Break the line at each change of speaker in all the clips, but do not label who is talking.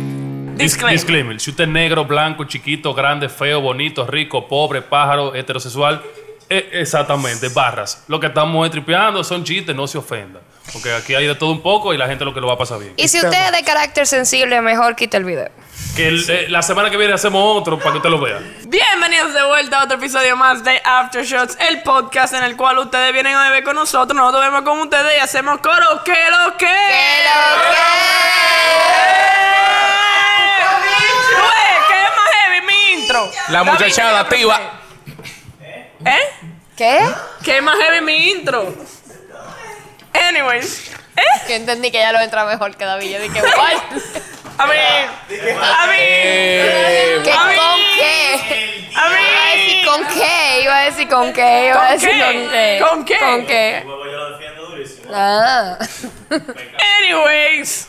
dis-
Disclaimer.
disclaimer. Si usted es negro, blanco, chiquito, grande, feo, bonito, rico, pobre, pájaro, heterosexual, eh, exactamente, barras. Lo que estamos tripeando son chistes, no se ofendan. Porque aquí hay de todo un poco y la gente lo que lo va a pasar bien.
Y si usted es de carácter sensible, mejor quita el video.
Que el- eh, la semana que viene hacemos otro para que usted lo vea.
Bienvenidos de vuelta a otro episodio más de Aftershots, el podcast en el cual ustedes vienen a beber con nosotros, nosotros vemos con ustedes y hacemos coro. ¿Qué lo que? Ué, ¿Qué es más heavy mi intro?
La
David,
muchachada
¿qué
activa.
¿Eh?
¿Qué?
¿Qué es más heavy mi intro? Anyways, ¿eh?
Yo entendí que ya lo entra mejor que David. Yo dije, ¿cuál?
a mí, a
Eh,
mí,
¿Qué,
a mí,
¿Con qué?
a mí.
Iba a decir con qué, iba a decir con qué, iba a
¿Con
decir
qué?
con qué.
¿Con qué?
¿Con qué? Ah.
Anyways,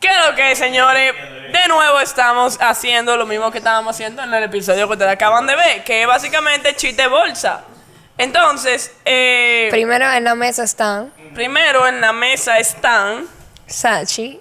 ¿qué es lo que es, señores? De nuevo estamos haciendo lo mismo que estábamos haciendo en el episodio que ustedes acaban de ver, que es básicamente chiste bolsa. Entonces, eh,
Primero en la mesa están
primero en la mesa están
Sachi.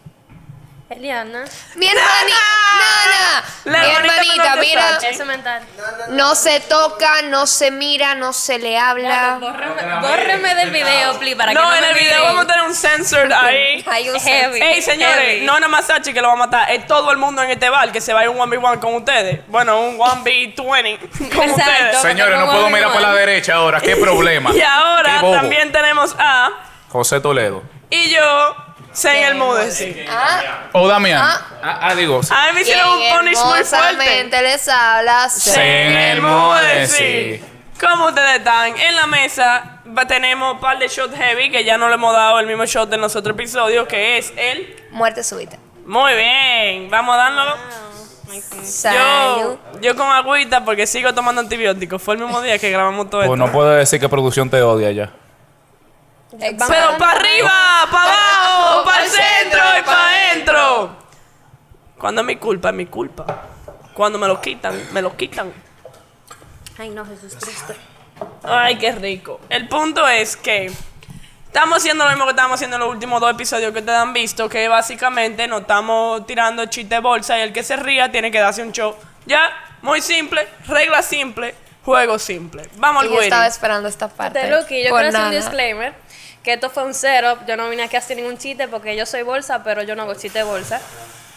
Eliana,
Mi hermanita. Nana.
La
Mi
hermanita
hermanita,
menor de
mira.
Sachi.
eso mental.
No se toca, no se mira, no se le habla.
Bórreme, bórreme del video, please, para que
no,
me
en el
olvide.
video vamos a tener un censored ahí.
Hay un
Heavy.
Ey, señores,
heavy.
no nada más Sachi que lo va a matar, es todo el mundo en este bar que se va a ir un 1v1 con ustedes. Bueno, un 1v20 con
Exacto.
ustedes.
Señores, no
Vamos
puedo
a
mirar
ver,
para la
Juan.
derecha ahora. ¿Qué problema?
Y ahora
Qué bobo.
también tenemos a
José Toledo.
y yo, Sen el Mudesi.
Ah,
O oh, Damián. Ah, ah, digo.
A mí me
quien
hicieron un punish muy fuerte.
hermosamente les habla. se-
en el
modo
mode,
sí.
sí.
¿Cómo ustedes están? En la mesa va- tenemos un par de shots heavy que ya no le hemos dado el mismo shot de los otros episodios, que es el.
Muerte súbita.
Muy bien, vamos a dárnoslo.
Salud.
Yo, yo con agüita porque sigo tomando antibióticos. Fue el mismo día que grabamos todo esto.
Pues no puedo decir que producción te odia ya.
Vamos
Pero
dando-
para arriba, para abajo, para el centro y para adentro. Cuando es mi culpa, es mi culpa. Cuando me lo quitan, me lo quitan.
Ay, no, Jesús Cristo.
Ay, qué rico. El punto es que estamos haciendo lo mismo que estábamos haciendo en los últimos dos episodios que ustedes han visto, que básicamente nos estamos tirando chiste de bolsa y el que se ría tiene que darse un show. Ya, muy simple, regla simple, juego simple. Vamos
Y
al
yo estaba
güey.
esperando esta parte.
Te Luqui, yo
Por
quiero hacer un
nada.
disclaimer. Que esto fue un setup, yo no vine aquí a hacer ningún chiste porque yo soy bolsa, pero yo no hago chiste de bolsa.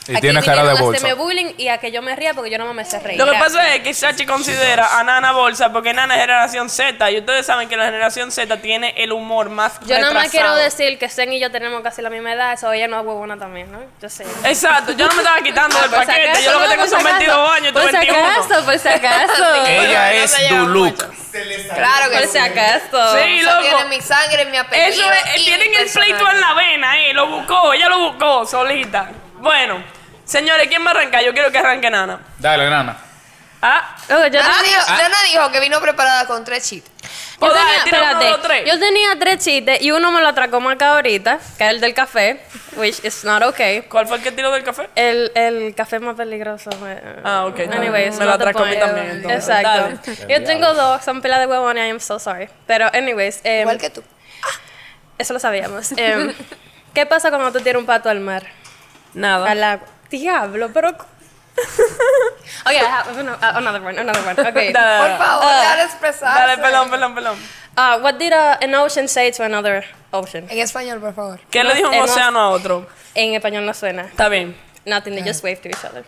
Y tienes cara de bolsa.
me bullying y a que yo me ría porque yo no me sé reír.
Lo que pasa es que Sachi considera a Nana Bolsa porque Nana es generación Z y ustedes saben que la generación Z tiene el humor más
yo nada más quiero
retrasado.
decir que Sen y yo tenemos casi la misma edad, eso ella no es huevona también, ¿no? Yo sé.
Exacto, yo no me estaba quitando del
Por si
paquete,
acaso,
yo lo que
no,
tengo
por si
son
acaso.
22 años, tú
Por si
21.
acaso, por si acaso.
Ella
No se
es
lleva
Duluc.
mucho. Claro que
Por si
sí.
acaso.
Sí,
Eso
loco.
Tiene mi sangre, mi apellido.
Eso es,
y
tienen
mi
el pleito
personalidad.
en la vena, eh. Lo buscó, ella lo buscó solita. Bueno, señores, ¿quién va a arrancar? Yo quiero que arranque Nana.
Dale, nana.
Ah,
Loco, yo
Nana
tenía-
dijo, Nana dijo que vino preparada con tres cheats.
Yo
Pues
tenía,
dale, tira uno,
espérate,
dos, tres.
yo tenía tres chistes y uno me lo atracó acá ahorita, que es el del café, which is not okay.
¿cuál fue el que tiró del café?
El, el café más peligroso. eh, me-
Ah, ok, está bien.
Anyways,
Me lo
not the
atracó a mí
point.
también, entonces.
Exacto. Yo tengo dos, son pilas de huevones, I am so sorry. Pero, anyways, em,
Igual que tú.
eso lo sabíamos. Em, ¿Qué pasa cuando tú tiras un pato al mar?
Nada.
Al agua. Diablo, pero. ok, I have ano- uh, another one, another one.
Dale,
Por
Okay.
dale,
favor, dale expresarse.
Ah. dale, perdón, perdón, perdón.
Uh, what did a- an ocean say to another ocean?
En español, por favor.
¿Qué le
No,
dijo un
hemos-
océano a otro?
En español no suena.
Está bien.
Nothing, they just wave to each other.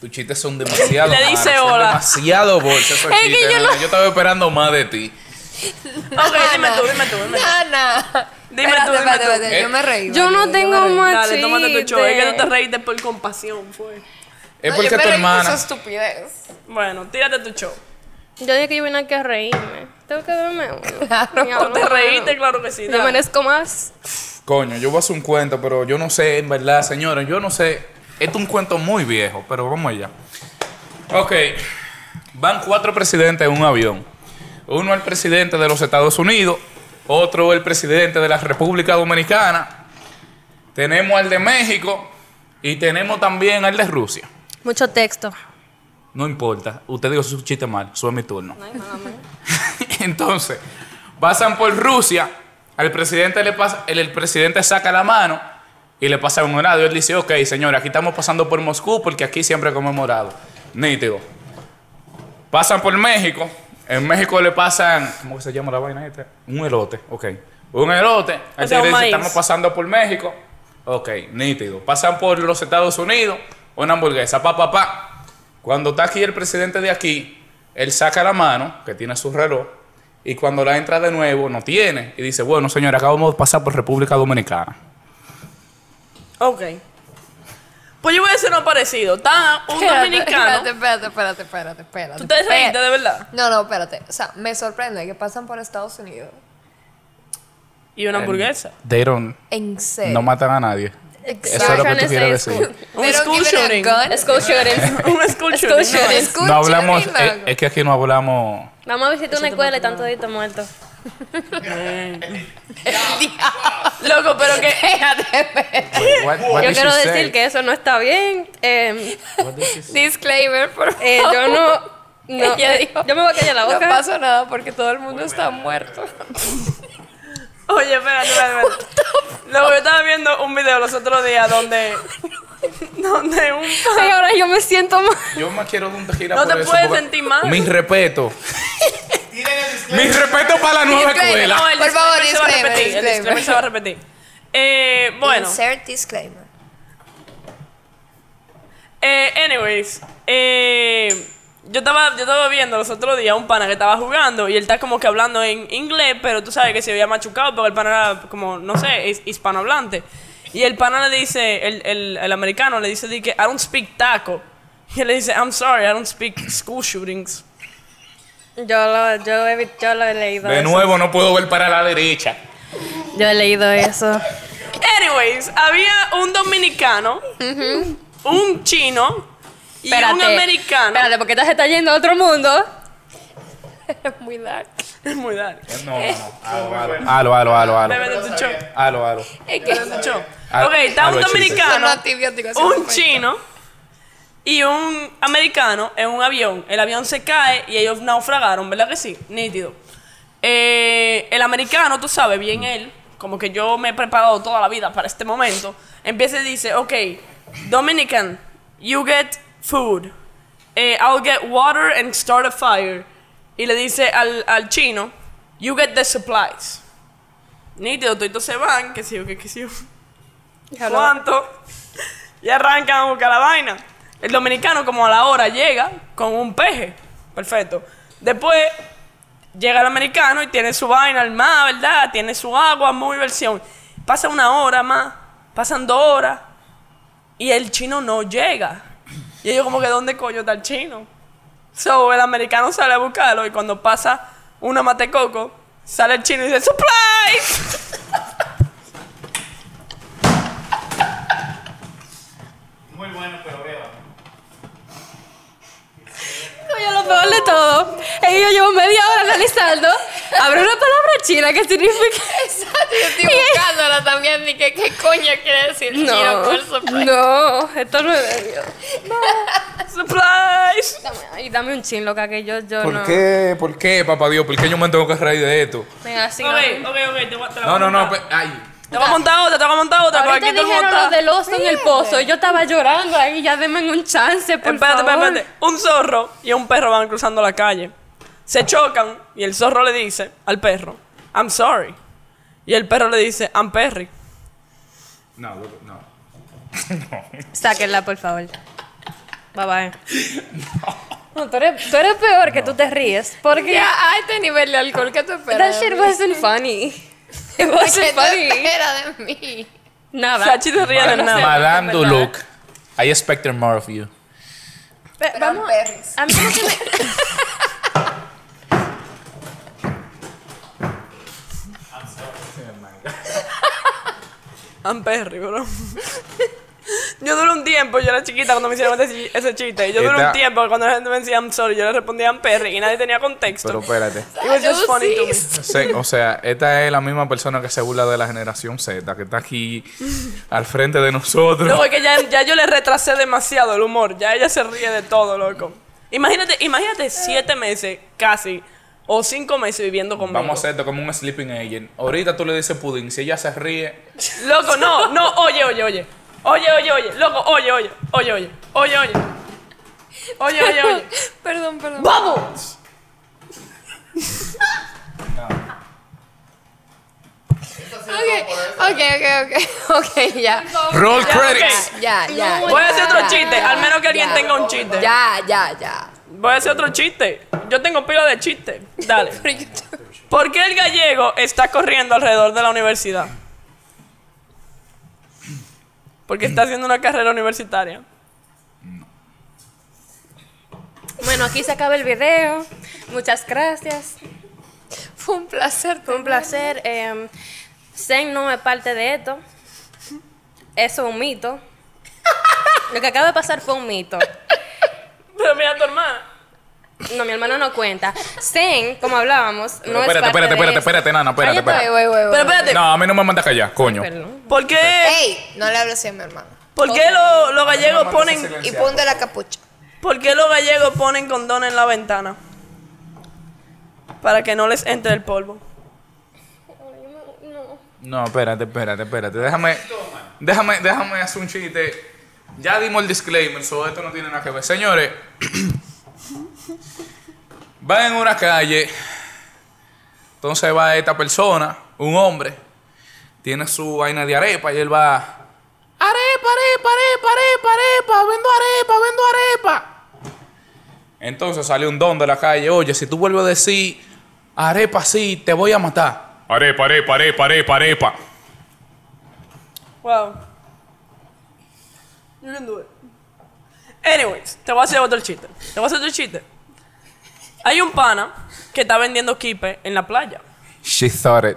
Tus chistes son demasiado.
Le dice
malos, son
hola.
Demasiado bolsa esos
Es que
chistes,
yo
nana.
no-
yo estaba esperando más de ti.
Ok, dime tú, dime tú, dime tú.
Nana.
Dime
Espérate,
tú, dime
espérate,
tú.
espérate, Yo
Eh,
me reí.
Yo no tengo más
Dale, tómate tu show. Es que tú te
chiste.
reíste por compasión, fue.
Es porque tu hermana.
Esa estupidez.
Bueno, tírate tu show.
Yo dije que yo vine aquí a reírme. Tengo que verme uno.
Claro.
Ya, no,
Te
no,
reíste,
no.
claro que sí.
Yo
dale.
merezco más.
Coño, yo voy a hacer un cuento, pero yo no sé, en verdad, señores, yo no sé. Este es un cuento muy viejo, pero vamos allá. Ok, van cuatro presidentes en un avión. Uno el presidente de los Estados Unidos, otro el presidente de la República Dominicana, tenemos al de México y tenemos también al de Rusia.
Mucho texto.
No importa, usted dijo su chiste mal, eso es mi turno. Entonces, pasan por Rusia, al presidente le pasa, el, el presidente saca la mano Y le pasaron un morado. Y él dice, ok, señores, aquí estamos pasando por Moscú porque aquí siempre comemos morado. Nítido. Pasan por México. En México le pasan, ¿cómo que se llama la vaina esta? Un elote, ok. Un elote. Entonces
sea, un
dice,
maíz.
estamos pasando por México. Ok, nítido. Pasan por los Estados Unidos. Una hamburguesa, pa, pa, pa. Cuando está aquí el presidente de aquí, él saca la mano, que tiene su reloj, y cuando la entra de nuevo, no tiene. Y dice, bueno, señor, acabamos de pasar por República Dominicana.
Ok. Pues yo voy a decir uno parecido. Está un
Espérate,
dominicano.
espérate, espérate, espérate, espérate.
Tú te reíste, de verdad.
No, no, espérate. O sea, me sorprende que pasan por Estados Unidos.
Y una hamburguesa.
They don't,
En serio.
no matan a nadie. Eso es lo que tú quieres decir.
Un school shooting.
School shooting.
Un school
School
shooting.
shooting.
No hablamos, eh, es que aquí no hablamos.
Vamos a visitar una escuela y están toditos muertos.
Loco, pero que.
What- what
Yo
did
quiero
she say?
decir que eso no está bien. Eh,
pues,
Disclaimer, por favor.
eh, yo no. no,
Ella dijo-
yo me voy a callar la
No
boca.
pasa nada porque todo el mundo está muerto.
Oye, espérate, espérate. espérate. Loco, yo estaba viendo un video los otros días donde. Donde un.
Ay, ahora yo me siento mal.
Yo me quiero dar un tequila
No
por
te
eso,
puedes
porque-
sentir mal.
Mi respeto. Mi respeto para la nueva
Disclaimer.
escuela.
No, el
Por favor,
disclaimer se va a
disclaimer,
repetir. El
disclaimer.
disclaimer se va a repetir. Eh, bueno.
Insert disclaimer.
Eh, anyways, eh, yo, estaba, yo estaba viendo los otros días un pana que estaba jugando y él está como que hablando en inglés, pero tú sabes que se había machucado porque el pana era como, no sé, his- hispanohablante. Y el pana le dice, el, el, el americano le dice, di que I don't speak taco. Y él le dice, I'm sorry, I don't speak school shootings.
Yo lo, yo he, vi- yo lo he leído.
De
eso.
nuevo, no puedo ver para la derecha.
Yo he leído eso.
Anyways, había un dominicano, un chino y un americano.
Espérate, porque estás está yendo a otro mundo. Es muy dark.
Es muy dale.
No, no. Alo, alo, alo, alo.
Bebe de tu show.
Alo, alo.
Es
Bebe de tu show. Ok, está
algo
un
de chiste.
dominicano.
antibióticos.
Ah, un chino y un americano en un avión. El avión se cae y ellos naufragaron, ¿verdad que sí? Nítido. Eh, el americano, tú sabes, bien él, como que yo me he preparado toda la vida para este momento, empieza y dice, ok, Dominican, you get food. Eh, I'll get water and start a fire. Y le dice al, al chino, you get the supplies. Nítido, todos se van, que sí, que sí. ¿Cuánto? Y arrancan a buscar la vaina. El dominicano, como a la hora, llega con un peje. Perfecto. Después llega el americano y tiene su vaina al mar, ¿verdad? Tiene su agua, muy versión. Pasa una hora más, pasan dos horas y el chino no llega. Y ellos, como que, ¿dónde coño está el chino? So, el americano sale a buscarlo y cuando pasa una matecoco, sale el chino y dice: ¡Surprise!
Oye, lo peor de todo es que yo llevo media hora analizando. Habrá una palabra china que significa eso.
Yo estoy buscándola también. Ni que, ¿Qué coño quiere decir? Chino, por
No,
supuesto.
no, esto no es de Dios.
¡Surprise!
Dame, ay, dame un chin, loca, que yo, yo no.
¿Por qué? ¿Por qué, papá Dios? ¿Por qué yo me tengo que reír de esto?
Venga, así
Ok, ok, ok, te voy a- te la
No,
voy a
no, no.
contar.
pe- Ay.
Te voy a montar otra, te voy a montar otra, porque
Ahorita
aquí todo el mundo
dijeron
está-
lo del oso en el pozo y yo estaba llorando ahí. Ya denme un chance, por
Espérate,
favor.
espérate, espérate. Un zorro y un perro van cruzando la calle. Se chocan y el zorro le dice al perro, I'm sorry. Y el perro le dice, I'm Perry.
No, no.
Sáquenla, por favor. Bye bye. No, tú, eres, tú eres peor que tú te ríes. Porque
Ya, a este nivel de alcohol que tú
that
esperas.
shit
de mí?
wasn't funny. It
¿Qué
wasn't
tú
funny.
esperas de mí?
Nada.
Sachi te ríe de nada.
Madame
es verdad.
Duluc. I expected more of you.
Ve- vamos.
perris.
A mí lo que me.
I'm Perry, bro. Yo duré un tiempo, yo era chiquita cuando me hicieron ese, ese chiste. y Yo duré
Está-
un tiempo cuando la gente me decía I'm sorry, yo le respondía I'm Perry y nadie tenía contexto.
Pero espérate.
It was just funny to me.
Sí, o sea, esta es la misma persona que se burla de la generación Z, que está aquí al frente de nosotros.
Luego que ya, ya yo le retrasé demasiado el humor. Ya ella se ríe de todo, loco. Imagínate, imagínate siete meses casi o cinco meses viviendo conmigo.
Vamos a hacer esto como un sleeping agent. Ahorita tú le dices pudín. Si ella se ríe,
Loco, no, no, oye, oye, oye. Oye, oye, oye, loco, oye, oye, oye, oye, oye, oye. Oye, oye, oye.
Perdón, perdón.
¡Vamos!
Ok, ok, ok, ok, ya.
roll
Ya,
credits.
Ah, ok.
Ya, ya.
Voy a hacer otro
ya,
chiste,
ya,
al menos que alguien
ya.
tenga un chiste.
Ya, Ah, ya, ya.
Voy a hacer otro chiste. Yo tengo pila de chistes. Dale. ¿Por qué el gallego está corriendo alrededor de la universidad? Porque está haciendo una carrera universitaria.
Bueno, aquí se acaba el video. Muchas gracias.
Fue un placer.
Fue un placer. Eh, Zen no es parte de esto. Eso es un mito. Lo que acaba de pasar fue un mito.
Pero mira a tu hermana.
No, mi hermano no cuenta. Zen, como hablábamos,
Pero
no es
espérate,
parte
espérate,
de
espérate,
esto.
espérate, nana, espérate,
Ahí estoy,
espérate.
voy, voy, voy.
Pero espérate,
No, a mí no me mandas callar, coño.
Perdón.
¿por qué,
Ey, no le hablo así a mi hermano.
por qué lo- los gallegos ponen
Y ponte la capucha.
¿Por qué los gallegos ponen condón en la ventana? Para que no les entre el polvo.
No, espérate, espérate, espérate. Déjame, déjame, déjame hacer un chiste. Ya dimos el disclaimer, so esto no tiene nada que ver. Señores, van en una calle. Entonces va esta persona, un hombre, tiene su vaina de arepa y él va. Arepa, arepa, arepa, arepa, arepa, vendo arepa, vendo arepa. Entonces sale un don de la calle, oye, si tú vuelves a decir arepa sí, te voy a matar. Arepa, arepa, arepa, arepa, arepa.
Wow. You can do it. Anyways, te voy a hacer otro chiste. Te voy a hacer otro chiste. Hay un pana que está vendiendo kipe en la playa.
She thought it.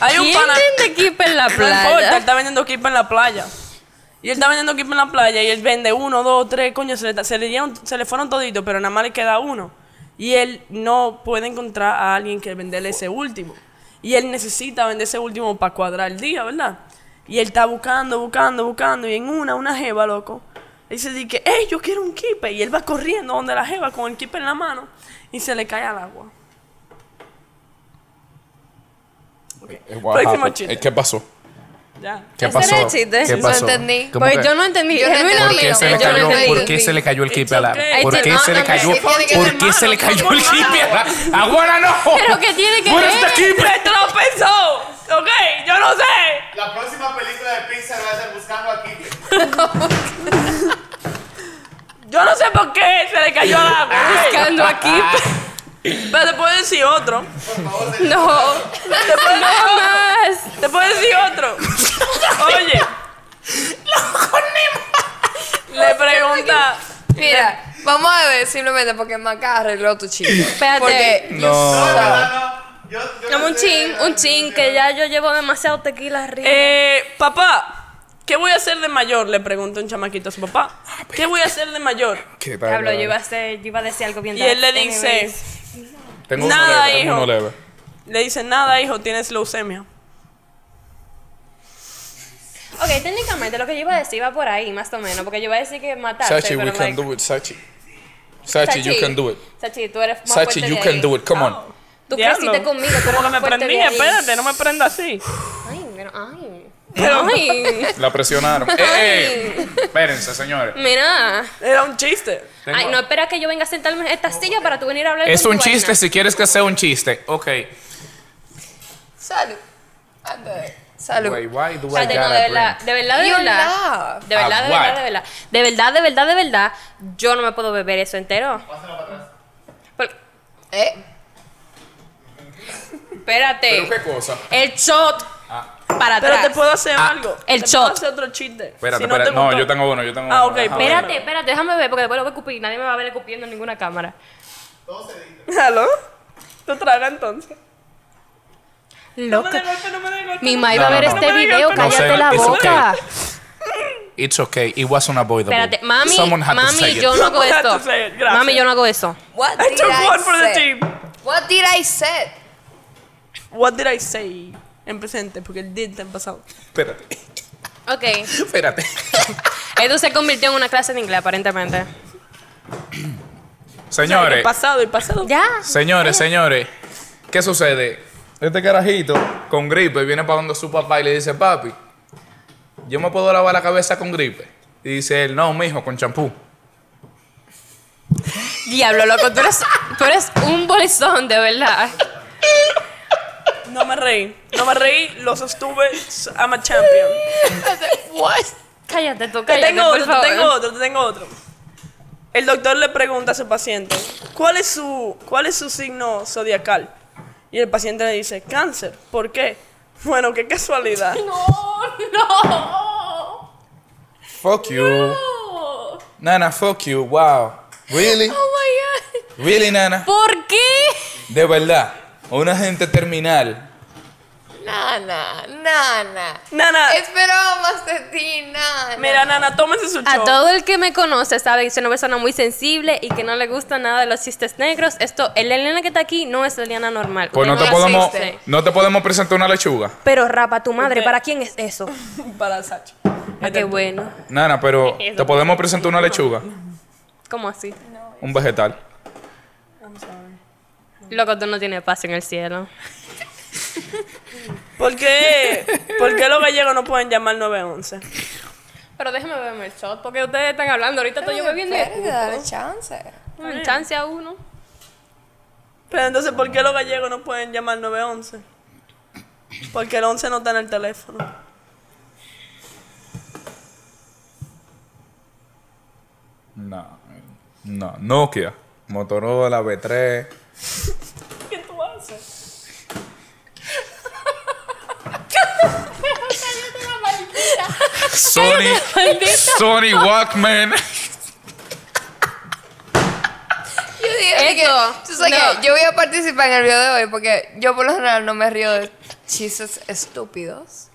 Hay un
¿Quién
pana.
vende kipe en la
No importa, él
playa?
está vendiendo kipe en la playa. Y él está vendiendo kipe en la playa y él vende uno, dos, tres, coño, se le, se le, dieron- se le fueron toditos, pero nada más le queda uno. Y él no puede encontrar a alguien que venderle ese último. Y él necesita vender ese último para cuadrar el día, ¿verdad? Y él está buscando, buscando, buscando. Y en una, una jeva, loco, le dice, di que, hey, yo quiero un kipe. Y él va corriendo donde la jeva con el kipe en la mano y se le cae al agua. Próximo chiste.
Eh, ¿Qué pasó?
Ya.
¿Qué
Ese
pasó?
era el chiste.
¿Qué
No
pasó?
entendí.
¿Cómo que-
Pues yo no entendí.
Yo no entendí.
¿Por qué,
Genuinamente,
se le
yo no
cayó,
entendí.
¿Por qué se le cayó el kipe a la.?
okay.
¿Por
Ay,
qué
no,
se
no,
le
no, este
cayó?
sí, tiene que
¿Por
ser
qué se le
hermano,
cayó el
hermano.
kipe a la.? ¡Aguana no!
Pero que tiene que
¡Fuera este
ver.
kipe!
¡Se lo pensó! ¿Ok? Yo no sé.
La próxima película de Pixar va a ser Buscando a Kitty.
Yo no sé por qué se le cayó al agua.
Buscando aquí.
Ah.
Pero te puedo decir otro.
No.
Te puedo decir
No
otro.
más.
Te puedo decir otro. Oye. Le pregunta.
Mira, vamos a ver simplemente porque Maca arregló tu chiste.
Espérate.
Porque you
No.
suck.
No, yo, yo
Dame un
sé-
chin, un chin, que ya yo llevo demasiado tequila arriba.
Eh, papá, ¿qué voy a hacer de mayor? Le pregunta un chamaquito a su papá. ¿Qué voy a hacer de mayor?
¿Qué tal, eh.
Diablo, yo
brother?
iba, a hacer- yo iba a decir algo bien
Y él le
dark.
dice,
Anyways.
Tengo uno
Nada,
leve, tengo
hijo.
uno leve.
le dice, nada, hijo, tienes leucemia.
Ok, técnicamente lo que yo iba a decir iba por ahí, más o menos. Porque yo iba a decir que matarte,
Sachi,
pero
we
like,
can do it, Sachi. Sachi, you can do it.
Sachi, tú eres más
Sachi,
fuerte
you
de
can
ahí. Oh.
do it. Come on.
Tú
Diablo.
creciste conmigo, tú eres
Como que
más
me
fuerte de
prendí,
ahí.
espérate, no me prenda así.
Ay, pero, ay.
Pero-
Ay,
La presionaron. ¡Eh! eh. Espérense, señores.
mira.
Era un chiste.
Tengo-
Ay, no espera que yo venga a sentarme en esta silla para tú venir a hablar
Es
con
un
tu
chiste,
vaina.
si quieres que sea un chiste. Ok.
Salud. Anda, Salud.
Wait, why do I
Espérate, no,
gotta
de verdad,
drink?
de verdad, de
You
verdad.
laugh.
De verdad, de
Ah,
verdad,
what?
de verdad. De verdad, de verdad, de verdad, yo no me puedo beber eso entero. Porque-
Eh,
¿Pero
espérate.
qué cosa?
El shot para
Pero te
atrás.
puedo hacer algo.
el
Te
shot.
puedo hacer otro chiste.
Ah. Espérate,
Si no
espérate.
te
No,
gustó.
yo tengo uno, yo tengo
Ah,
uno.
ok,
Déjame ver.
Espérate, espérate, déjame ver porque después lo voy a escupir. Nadie me va a ver escupiendo en ninguna cámara.
¿Aló? ¿Tú traga entonces?
Loco.
No me dé golpe, no me dé golpe.
Mi ma
No,
iba a
no,
ver
no.
este
No me digas
video,
que no.
cállate
No sé,
la
it's
boca.
It's okay. It was unavoidable.
Espérate, mami,
Someone had to say
mami,
it.
yo no hago
Someone had to
esto.
say it, gracias.
Mami, yo no hago eso.
what
I
did
took
I
one for the
say?
team.
What did I say?
What did I say? En presente, porque el did está en pasado.
Espérate,
Ok.
espérate.
Edu se convirtió en una clase de inglés, aparentemente.
Señores,
pasado y pasado.
Ya.
señores, señores. ¿Qué sucede? Este carajito con gripe viene para donde su papá y le dice, papi, yo me puedo lavar la cabeza con gripe. Y dice él, no, mijo, con champú.
Diablo, loco, tú eres, tú eres un bolsón, de verdad.
No me reí. No me reí. Lo sostuve. I'm a champion.
What?
Cállate tú,
Te
cállate,
tengo
por
otro, te
favor.
tengo otro, te tengo otro. El doctor le pregunta a su paciente, ¿cuál es su, cuál es su signo zodiacal? Y el paciente le dice, cáncer. ¿Por qué? Bueno, qué casualidad.
No, Oh
Fuck you.
no.
Nana, fuck you. Wow. Really?
Oh my God.
Really, nana.
¿Por qué?
De verdad. Una gente terminal.
Nana, nana.
Nana,
Esperaba más de ti, nana.
Ah. mira, Nana, tómese su
A
show.
todo el que me conoce sabe que soy una persona muy sensible y que no le gusta nada de los chistes negros. Esto, el Elena que está aquí no es la Elena normal.
Pues no
Ustedes
te
no
podemos,
existe.
no te podemos presentar una lechuga.
Pero rapa tu madre,
Ok.
¿para quién es eso?
Para Sacho.
Ah, qué bueno.
Nana, pero te podemos presentar una lechuga.
¿Cómo así?
Un vegetal.
Loco, tú no tienes paz en el cielo.
¿Por qué, ¿Por qué los gallegos no pueden llamar 911?
Pero déjame beberme el shot, porque ustedes están hablando. Ahorita estoy yo bebiendo.
Dale chance.
Un chance a uno.
Pero entonces, ¿por qué los gallegos no pueden llamar 911? Porque el 11 no está en el teléfono.
No. No. Nokia. Motorola, B3.
¿Qué tú haces?
Sony. Sony Walkman.
Yo dije que,
Esto,
tú sabes
no.
que yo voy a participar en el video de hoy porque yo por lo general no me río de chistes estúpidos.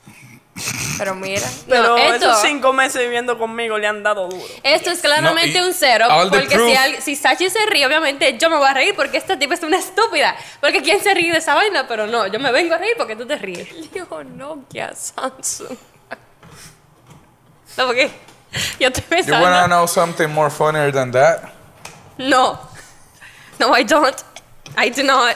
Pero mira.
Pero
No, esto-
esos cinco meses viviendo conmigo le han dado duro.
Esto es claramente
No, y
un cero.
all the
Porque si,
proof.
al- si Sachi se ríe, obviamente yo me voy a reír porque esta tipa es una estúpida. Porque quién se ríe de esa vaina, pero no, yo me vengo a reír porque tú te ríes.
Dijo Nokia, Samsung.
No, porque yo estoy
You wanna
pensando.
know something more funnier than that?
No. No, I don't. I do not.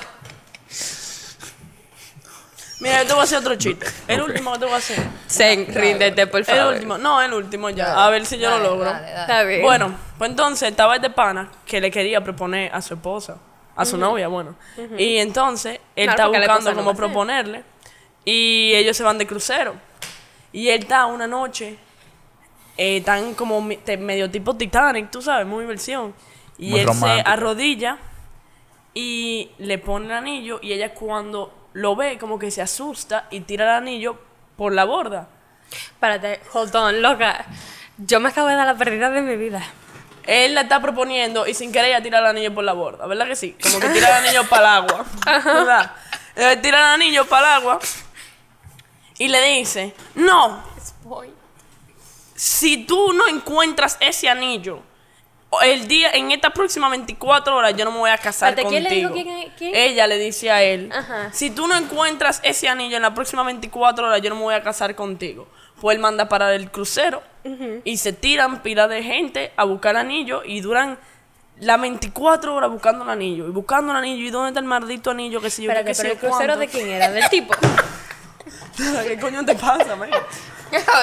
Mira, yo te voy a hacer otro chiste. El último que te voy a hacer.
Sen, ríndete, por
El
favor.
último. No, el último ya. a ver si yo
dale,
lo logro.
dale, dale.
Está bien.
Bueno, pues entonces estaba este pana que le quería proponer a su esposa, a su novia, bueno. Y entonces él
Claro,
está
porque la
buscando
esposa no
cómo
va a ser.
proponerle. Y ellos se van de crucero. Y él está una noche, eh, tan como mi- te- medio tipo Titanic, tú sabes, muy versión. Y
Muy
él
romántico.
se arrodilla y le pone el anillo y ella cuando lo ve como que se asusta y tira el anillo por la borda.
Espérate, hold on, loca. Yo me acabo de dar la pérdida de mi vida.
Él la está proponiendo y sin querer ella tira el anillo por la borda, ¿verdad que sí? Como que tira el anillo para el agua, ¿verdad? Eh, Tira el anillo para el agua y le dice, no, si tú no encuentras ese anillo, o el día, en estas próximas 24 horas yo no me voy a casar
Espérate,
contigo.
¿quién le dijo quién- quién?
Ella le dice a él,
Ajá.
si tú no encuentras ese anillo en las próximas 24 horas yo no me voy a casar contigo. Pues él manda para el crucero y se tiran pila de gente a buscar el anillo y duran las 24 horas buscando el anillo y buscando el anillo y dónde está el maldito anillo que si yo qué,
Espérate,
qué sé
pero
yo
el crucero
cuánto.
de quién era, del tipo.
¿Qué coño te pasa, man?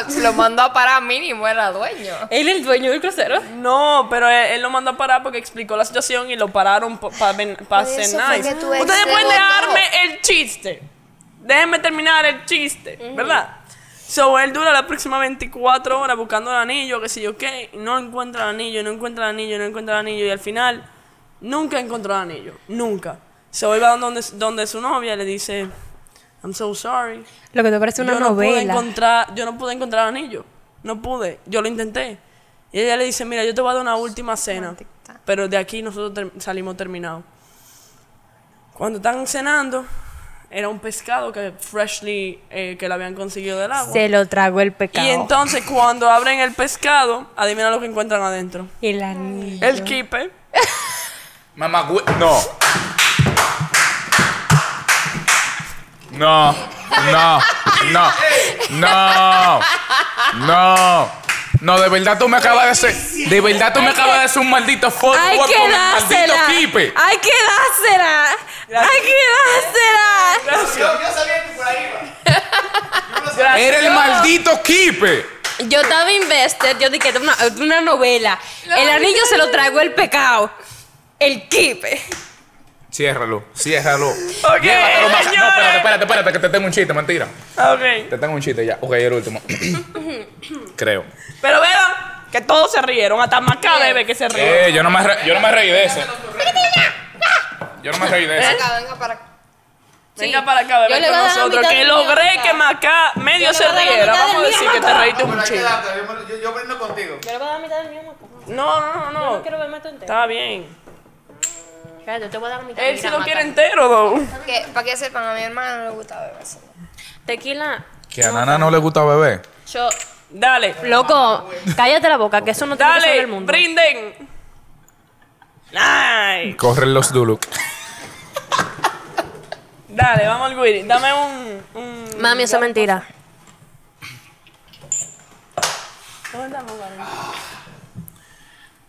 Se lo mandó a parar mínimo, era dueño.
Él el dueño del crucero.
No, pero él, él lo mandó a parar porque explicó la situación y lo pararon para
Por
hacer
eso fue
nice.
que tu ex
Ustedes
se
pueden
votó.
dejarme el chiste. Déjenme terminar el chiste, ¿verdad? So, él dura las próximas 24 horas buscando el anillo, que sé yo qué, y no encuentra el anillo, no encuentra el anillo, no encuentra el anillo, y al final nunca encontró el anillo, nunca. So, él va donde, donde su novia y le dice, I'm so sorry,
Lo que te parece una
yo no pude
novela.
encontrar, yo no pude encontrar anillo. No pude, yo lo intenté. Y ella le dice, mira, yo te voy a dar una última cena, pero de aquí nosotros ter- salimos terminados. Cuando están cenando, era un pescado que freshly, eh, que lo habían conseguido del agua.
Se lo tragó el pecado.
Y entonces cuando abren el pescado, adivina lo que encuentran adentro.
El anillo.
El kipe.
Mamá, güe- no. No, no, no, no, no, No, de verdad tú me acabas de hacer. De verdad tú me acabas de hacer un maldito fuck
Hay
war
que
con el maldito
dársela.
Kipe.
Hay que dársela. Hay que dársela.
Yo, yo sabía que por ahí iba. Yo no sabía.
Era el maldito Kipe.
Yo estaba invested, yo dije, de una, de una novela. El anillo se lo tragó el pecado. El kipe.
Ciérralo, ciérralo.
Ok,
Llévatelo más. No, espérate,
señores.
espérate, espérate, que te tengo un chiste, mentira.
Ok.
Te tengo un chiste ya. Ok, el último. Creo.
Pero vean que todos se rieron. Hasta Macabe que se rió.
Eh, yo no me, re- yo no me reí de eso. Yo no me reí de eso.
Acá, venga para acá.
Venga para acá, bebé,
Yo le
con
voy a dar la
nosotros.
mitad
Que
del
logré
mío,
que
papá.
Macá medio
Yo le
se
voy a dar la
riera.
mitad
Vamos a
del
decir
mío,
que te
papá.
reíste
Ah, pero
un
hay que
chingo.
darte, yo- Yo, yo brindo contigo.
Yo le voy a dar mitad de mi no
No, no, no, no.
quiero verme todo entero.
Está bien.
Espérate, yo te voy a dar mitad.
Él
Mira,
sí lo
mata.
quiere entero, though.
Que, para que sepan, a mi hermana no le gusta beber eso.
Tequila.
Que a Nana no le gusta beber.
Yo.
Dale.
Loco, cállate la boca, que eso no tiene que ser
Dale,
el mundo.
brinden. Nice.
Corren los Duluk.
Dale, vamos al guiri. Dame un. un...
Mami, eso es mentira.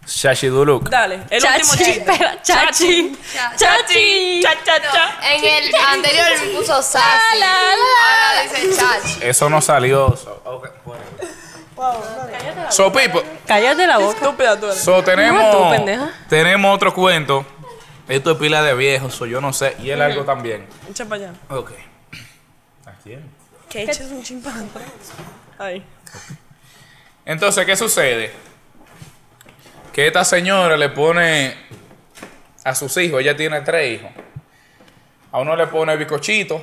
Shashi Duluk.
Dale, el último
Chachi,
chiste.
espera, chachi. Chachi.
Cha, cha, cha.
En el anterior me puso Sassy.
La, la, la.
Ahora dice Chachi.
Eso no salió. So, so people,
Cállate la boca.
Estúpida tú eres.
so tenemos,
tú, pendeja.
tenemos otro cuento. Esto es pila de viejos, so yo no sé. Y el algo también.
Echa para allá.
Ok. ¿A quién?
Que eches un chimpán. Ahí.
Entonces, ¿qué sucede? Que esta señora le pone a sus hijos, ella tiene tres hijos. A uno le pone bicochito,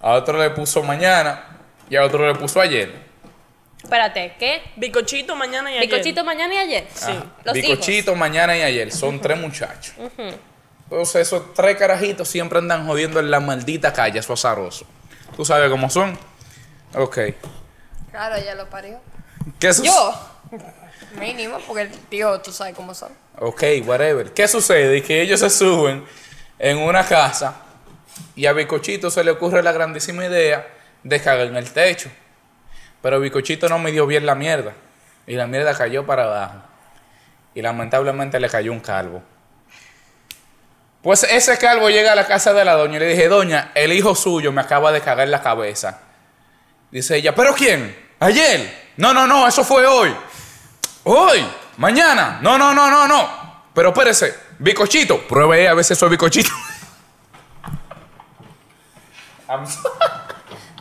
a otro le puso mañana y a otro le puso ayer.
Espérate, ¿qué?
Bicochito mañana y ayer.
¿Bicochito mañana y ayer? Sí. Los
Bicochito, mañana y ayer. Son tres muchachos. Entonces, esos tres carajitos siempre andan jodiendo en la maldita calle, eso azaroso. ¿Tú sabes cómo son? Ok.
Claro, ella lo parió.
¿Qué sucede?
Mínimo, porque el tío, tú sabes cómo son.
Ok, whatever. ¿Qué sucede? Que ellos se suben en una casa y a Bicochito se le ocurre la grandísima idea de cagar en el techo. Pero Bicochito no midió bien la mierda y la mierda cayó para abajo. Y lamentablemente le cayó un calvo. Pues ese calvo llega a la casa de la doña y le dije, doña, el hijo suyo me acaba de cagar la cabeza. Dice ella, ¿pero quién? ¿Ayer? No, no, no, eso fue hoy. Hoy, mañana. No, no, no, no, no. Pero espérese, bicochito. Pruebe ahí a veces soy bicochito. I'm so-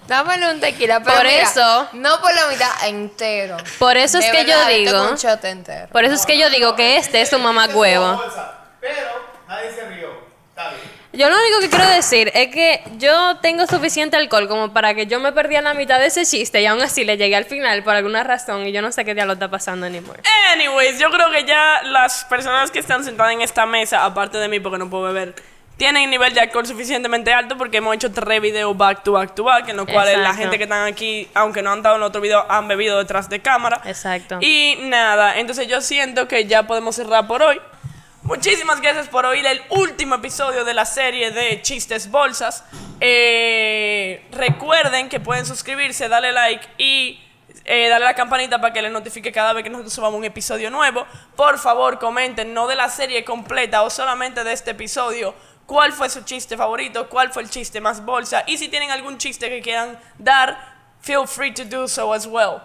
Dámelo un tequila, pero
Por
mira,
eso-
No por la mitad, entero.
Por eso es
De
que yo
verdad,
digo-
tengo un shot entero.
Por eso es que yo digo que este es un mamá huevo.
Bolsa, Pero nadie se rió. Está bien.
Yo lo único que quiero decir es que yo tengo suficiente alcohol como para que yo me perdía la mitad de ese chiste y aún así le llegué al final por alguna razón y yo no sé qué diablo está pasando anymore.
Anyways, yo creo que ya las personas que están sentadas en esta mesa, aparte de mí porque no puedo beber, tienen nivel de alcohol suficientemente alto porque hemos hecho tres videos back to back to back, en los cuales la
Exacto.
gente que están aquí, aunque no han estado en el otro video, han bebido detrás de cámara.
Exacto.
Y nada, entonces yo siento que ya podemos cerrar por hoy. Muchísimas gracias por oír el último episodio de la serie de Chistes Bolsas. Eh, recuerden que pueden suscribirse, darle like y eh, darle a la campanita para que les notifique cada vez que nosotros subamos un episodio nuevo. Por favor, comenten, no de la serie completa o solamente de este episodio, cuál fue su chiste favorito, cuál fue el chiste más bolsa y si tienen algún chiste que quieran dar, feel free to do so as well.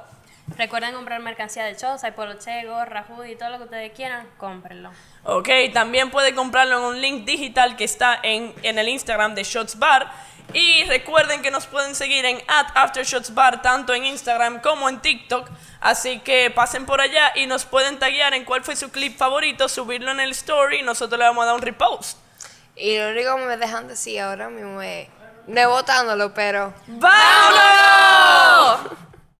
Recuerden comprar mercancía de Choza, Poloche, gorra, hoodie, todo lo que ustedes quieran, cómprenlo.
Ok, también puede comprarlo en un link digital que está en, en el Instagram de Shots Bar. Y recuerden que nos pueden seguir en @aftershotsbar tanto en Instagram como en TikTok. Así que pasen por allá y nos pueden taguear en cuál fue su clip favorito, subirlo en el story y nosotros le vamos a dar un repost.
Y lo único que me dejan decir ahora mismo es. No es votándolo, pero.
¡Vámonos!